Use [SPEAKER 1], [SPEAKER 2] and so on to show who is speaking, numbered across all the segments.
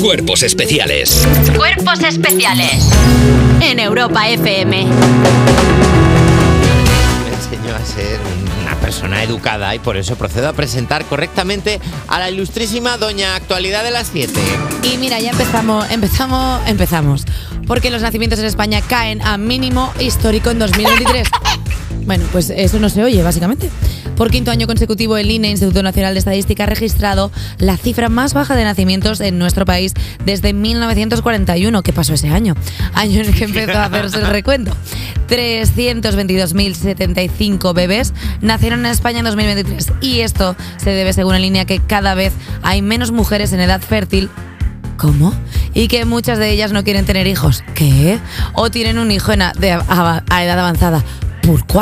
[SPEAKER 1] Cuerpos especiales.
[SPEAKER 2] Cuerpos especiales. En Europa FM.
[SPEAKER 3] Me enseñó a ser una persona educada y por eso procedo a presentar correctamente a la ilustrísima doña actualidad de las 7.
[SPEAKER 4] Y mira, ya empezamos, empezamos, empezamos. Porque los nacimientos en España caen a mínimo histórico en 2023. Bueno, pues eso no se oye, básicamente. Por quinto año consecutivo, el INE, Instituto Nacional de Estadística, ha registrado la cifra más baja de nacimientos en nuestro país desde 1941. ¿Qué pasó ese año? Año en el que empezó a hacerse el recuento. 322.075 bebés nacieron en España en 2023. Y esto se debe, según el INE, a que cada vez hay menos mujeres en edad fértil ¿Cómo? Y que muchas de ellas no quieren tener hijos. ¿Qué? O tienen un hijo en a, de a- a edad avanzada. ¿Por qué?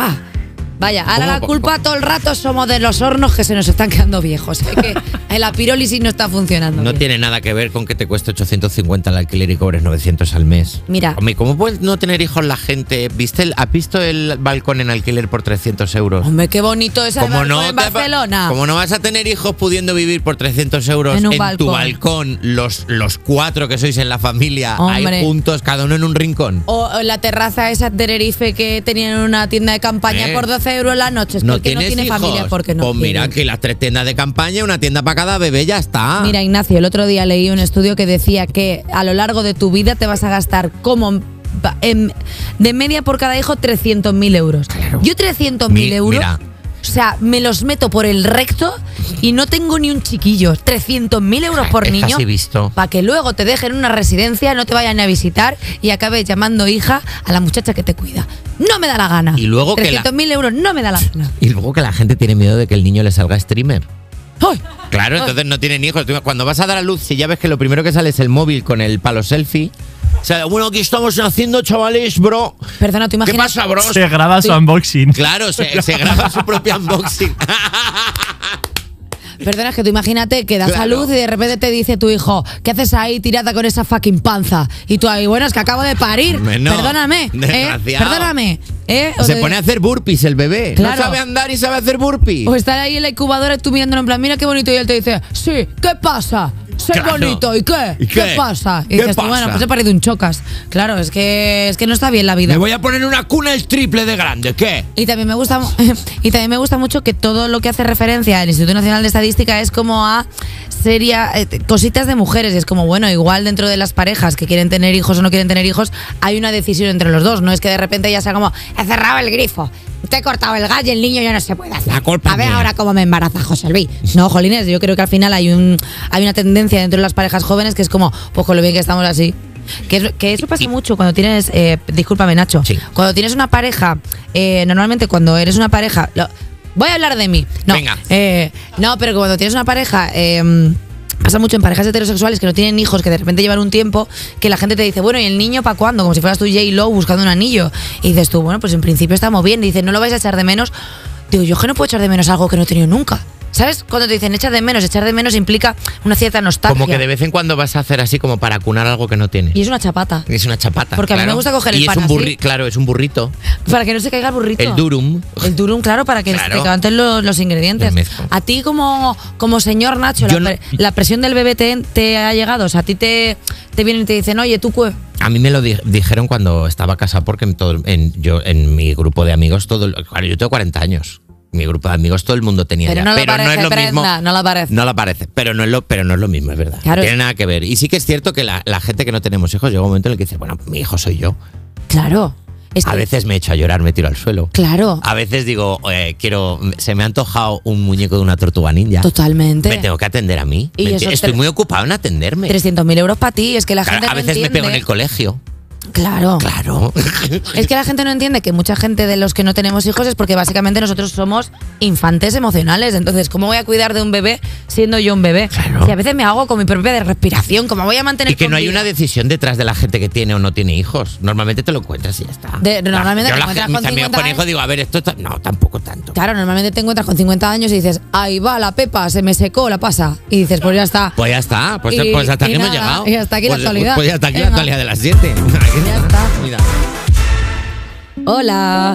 [SPEAKER 4] Vaya, ahora
[SPEAKER 3] ¿Cómo?
[SPEAKER 4] la culpa todo el rato somos de los hornos que se nos están quedando viejos. Es que la pirólisis no está funcionando.
[SPEAKER 3] No
[SPEAKER 4] bien.
[SPEAKER 3] tiene nada que ver con que te cueste 850 el alquiler y cobres 900 al mes.
[SPEAKER 4] Mira.
[SPEAKER 3] Hombre, ¿cómo puede no tener hijos la gente? ¿Viste el- ¿Has visto el balcón en alquiler por 300 euros?
[SPEAKER 4] Hombre, qué bonito es el
[SPEAKER 3] Como
[SPEAKER 4] balcón
[SPEAKER 3] no
[SPEAKER 4] en
[SPEAKER 3] te va-
[SPEAKER 4] Barcelona.
[SPEAKER 3] como no vas a tener hijos pudiendo vivir por 300 euros
[SPEAKER 4] En
[SPEAKER 3] en,
[SPEAKER 4] un
[SPEAKER 3] tu
[SPEAKER 4] balcón.
[SPEAKER 3] balcón, los, los cuatro que sois en la familia,
[SPEAKER 4] Hombre.
[SPEAKER 3] ahí juntos, cada uno en un rincón.
[SPEAKER 4] O o la terraza esa de Tenerife que tenían una tienda de campaña
[SPEAKER 3] Eh.
[SPEAKER 4] por 12 euros la noche. Es que
[SPEAKER 3] no
[SPEAKER 4] el que no
[SPEAKER 3] tienes
[SPEAKER 4] tiene
[SPEAKER 3] hijos.
[SPEAKER 4] familia porque no
[SPEAKER 3] pues mira,
[SPEAKER 4] quiere.
[SPEAKER 3] que las tres tiendas de campaña, una tienda para cada bebé, ya está.
[SPEAKER 4] Mira, Ignacio, el otro día leí un estudio que decía que a lo largo de tu vida te vas a gastar como pa- en- de media por cada hijo 300.000 euros. Yo 300.000
[SPEAKER 3] Mi-
[SPEAKER 4] euros,
[SPEAKER 3] mira.
[SPEAKER 4] o sea, me los meto por el recto y no tengo ni un chiquillo. 300.000 euros por
[SPEAKER 3] Es
[SPEAKER 4] niño.
[SPEAKER 3] casi visto.
[SPEAKER 4] Para que luego te dejen una residencia, no te vayan a visitar y acabes llamando hija a la muchacha que te cuida. No me da la gana.
[SPEAKER 3] Y luego que la-
[SPEAKER 4] 300.000 euros, no me da la gana.
[SPEAKER 3] Y luego que la gente tiene miedo de que el niño le salga streamer.
[SPEAKER 4] ¡Ay!
[SPEAKER 3] Claro, entonces no tienen hijos. Tú, Cuando vas a dar a luz, si ya ves que lo primero que sale es el móvil con el palo selfie. O sea, bueno, aquí estamos haciendo, chavales, bro.
[SPEAKER 4] Perdona, ¿tú
[SPEAKER 3] ¿Qué
[SPEAKER 4] imaginas?
[SPEAKER 3] pasa, bro?
[SPEAKER 5] Se graba su unboxing.
[SPEAKER 3] Claro, se, se graba su propio unboxing.
[SPEAKER 4] Perdona, es que tú imagínate que das a
[SPEAKER 3] Claro.
[SPEAKER 4] luz y de repente te dice tu hijo, ¿qué haces ahí tirada con esa fucking panza? Y tú ahí, bueno, es que acabo de parir.
[SPEAKER 3] Hombre, no.
[SPEAKER 4] Perdóname. ¿eh?
[SPEAKER 3] Desgraciado.
[SPEAKER 4] Perdóname. ¿eh? O
[SPEAKER 3] se
[SPEAKER 4] de-
[SPEAKER 3] pone a hacer burpees el bebé.
[SPEAKER 4] Claro.
[SPEAKER 3] No sabe andar y sabe hacer burpees.
[SPEAKER 4] O estar ahí en la incubadora y tú mirándolo en plan, mira qué bonito. Y él te dice, sí, ¿qué pasa? Soy
[SPEAKER 3] Claro.
[SPEAKER 4] bonito, ¿y qué?
[SPEAKER 3] ¿Y qué?
[SPEAKER 4] pasa? Y
[SPEAKER 3] ¿Qué
[SPEAKER 4] dices tú,
[SPEAKER 3] pasa?
[SPEAKER 4] bueno, pues he parido un chocas. Claro, es que, es que no está bien la vida.
[SPEAKER 3] Me voy a poner una cuna el triple de grande. ¿Qué?
[SPEAKER 4] Y también me gusta mu- y también me gusta mucho que todo lo que hace referencia al Instituto Nacional de Estadística es como a seria eh, cositas de mujeres y es como bueno igual dentro de las parejas que quieren tener hijos o no quieren tener hijos hay una decisión entre los dos no es que de repente ya sea como he cerrado el grifo te he cortado el gallo el niño ya no se puede hacer
[SPEAKER 3] La culpa
[SPEAKER 4] a ver
[SPEAKER 3] es mía".
[SPEAKER 4] ahora cómo me embaraza José Luis no Jolines yo creo que al final hay un hay una tendencia dentro de las parejas jóvenes que es como pues con lo bien que estamos así que, es- que eso pasa mucho cuando tienes eh, discúlpame Nacho
[SPEAKER 3] Sí.
[SPEAKER 4] cuando tienes una pareja, eh, normalmente cuando eres una pareja. lo- voy a hablar de mí. No,
[SPEAKER 3] Venga.
[SPEAKER 4] eh, no, pero cuando tienes una pareja. eh, Pasa mucho en parejas heterosexuales que no tienen hijos, que de repente llevan un tiempo, que la gente te dice, bueno, ¿y el niño para cuándo? Como si fueras tú J. Lo buscando un anillo. Y dices tú, bueno, pues en principio estamos bien. Y dices, no lo vais a echar de menos. Digo, yo es que no puedo echar de menos algo que no he tenido nunca. ¿Sabes? Cuando te dicen echar de menos, echar de menos implica una cierta nostalgia.
[SPEAKER 3] Como que de vez en cuando vas a hacer así como para cunar algo que no tiene.
[SPEAKER 4] Y es una chapata.
[SPEAKER 3] Es una chapata.
[SPEAKER 4] Porque a mí
[SPEAKER 3] claro.
[SPEAKER 4] me gusta coger el
[SPEAKER 3] y es
[SPEAKER 4] pan
[SPEAKER 3] un burri-
[SPEAKER 4] así.
[SPEAKER 3] Claro, es un burrito.
[SPEAKER 4] Para que no se caiga el burrito.
[SPEAKER 3] El durum.
[SPEAKER 4] El durum, claro, para que
[SPEAKER 3] Claro.
[SPEAKER 4] te canten los, los ingredientes.
[SPEAKER 3] Los mezclo.
[SPEAKER 4] A ti como, como señor Nacho, la,
[SPEAKER 3] Yo no-
[SPEAKER 4] pre- la presión del bebé te, te ha llegado. O sea, a ti te, te vienen y te dicen, oye, tú cue...
[SPEAKER 3] A mí me lo di- dijeron cuando estaba casado porque en todo, en, yo, en mi grupo de amigos, todo, el- claro, yo tengo 40 años. Mi grupo de amigos, todo el mundo tenía
[SPEAKER 4] Pero
[SPEAKER 3] ya.
[SPEAKER 4] no lo
[SPEAKER 3] pero
[SPEAKER 4] parece,
[SPEAKER 3] no es lo
[SPEAKER 4] Brenda,
[SPEAKER 3] mismo.
[SPEAKER 4] no lo parece.
[SPEAKER 3] No lo parece. Pero no es lo, pero no es lo mismo, es verdad.
[SPEAKER 4] Claro.
[SPEAKER 3] No tiene nada que ver. Y sí que es cierto que la, la gente que no tenemos hijos llega un momento en el que dice, bueno, mi hijo soy yo.
[SPEAKER 4] Claro. Es
[SPEAKER 3] A
[SPEAKER 4] que-
[SPEAKER 3] veces Ah, me echo a llorar, me tiro al suelo.
[SPEAKER 4] Claro.
[SPEAKER 3] A veces digo, eh, quiero, se me ha antojado un muñeco de una tortuga ninja.
[SPEAKER 4] Totalmente.
[SPEAKER 3] Me tengo que atender a mí.
[SPEAKER 4] Y
[SPEAKER 3] Me
[SPEAKER 4] eso
[SPEAKER 3] te-
[SPEAKER 4] te-
[SPEAKER 3] Estoy muy ocupado en atenderme.
[SPEAKER 4] 300.000 euros para ti. Es que la
[SPEAKER 3] Claro,
[SPEAKER 4] gente
[SPEAKER 3] a
[SPEAKER 4] no
[SPEAKER 3] veces me pego en
[SPEAKER 4] entiende.
[SPEAKER 3] el colegio.
[SPEAKER 4] Claro.
[SPEAKER 3] Claro.
[SPEAKER 4] Es que la gente no entiende que mucha gente de los que no tenemos hijos es porque básicamente nosotros somos infantes emocionales. Entonces, ¿cómo voy a cuidar de un bebé siendo yo un bebé?
[SPEAKER 3] Claro.
[SPEAKER 4] Si a veces me hago con mi propia de respiración, ¿cómo voy a mantener
[SPEAKER 3] Y que
[SPEAKER 4] con
[SPEAKER 3] no hay
[SPEAKER 4] vida?
[SPEAKER 3] una decisión detrás de la gente que tiene o no tiene hijos. Normalmente te lo encuentras y ya está.
[SPEAKER 4] De-
[SPEAKER 3] La-
[SPEAKER 4] normalmente
[SPEAKER 3] yo
[SPEAKER 4] te
[SPEAKER 3] la
[SPEAKER 4] encuentras
[SPEAKER 3] gente-
[SPEAKER 4] con
[SPEAKER 3] mis amigos
[SPEAKER 4] 50
[SPEAKER 3] con hijos digo, a ver, esto está- no, tampoco tanto.
[SPEAKER 4] Claro, normalmente te encuentras con 50 años y dices, ahí va la pepa, se me secó la pasa. Y dices, pues ya está.
[SPEAKER 3] Pues ya está, pues,
[SPEAKER 4] Y-
[SPEAKER 3] pues hasta
[SPEAKER 4] y
[SPEAKER 3] aquí hemos
[SPEAKER 4] nada,
[SPEAKER 3] llegado.
[SPEAKER 4] y hasta aquí la
[SPEAKER 3] Pues-
[SPEAKER 4] actualidad.
[SPEAKER 3] Pues ya hasta aquí la
[SPEAKER 4] Emma.
[SPEAKER 3] actualidad de las 7.
[SPEAKER 4] Ya está.
[SPEAKER 3] Mira.
[SPEAKER 4] Hola.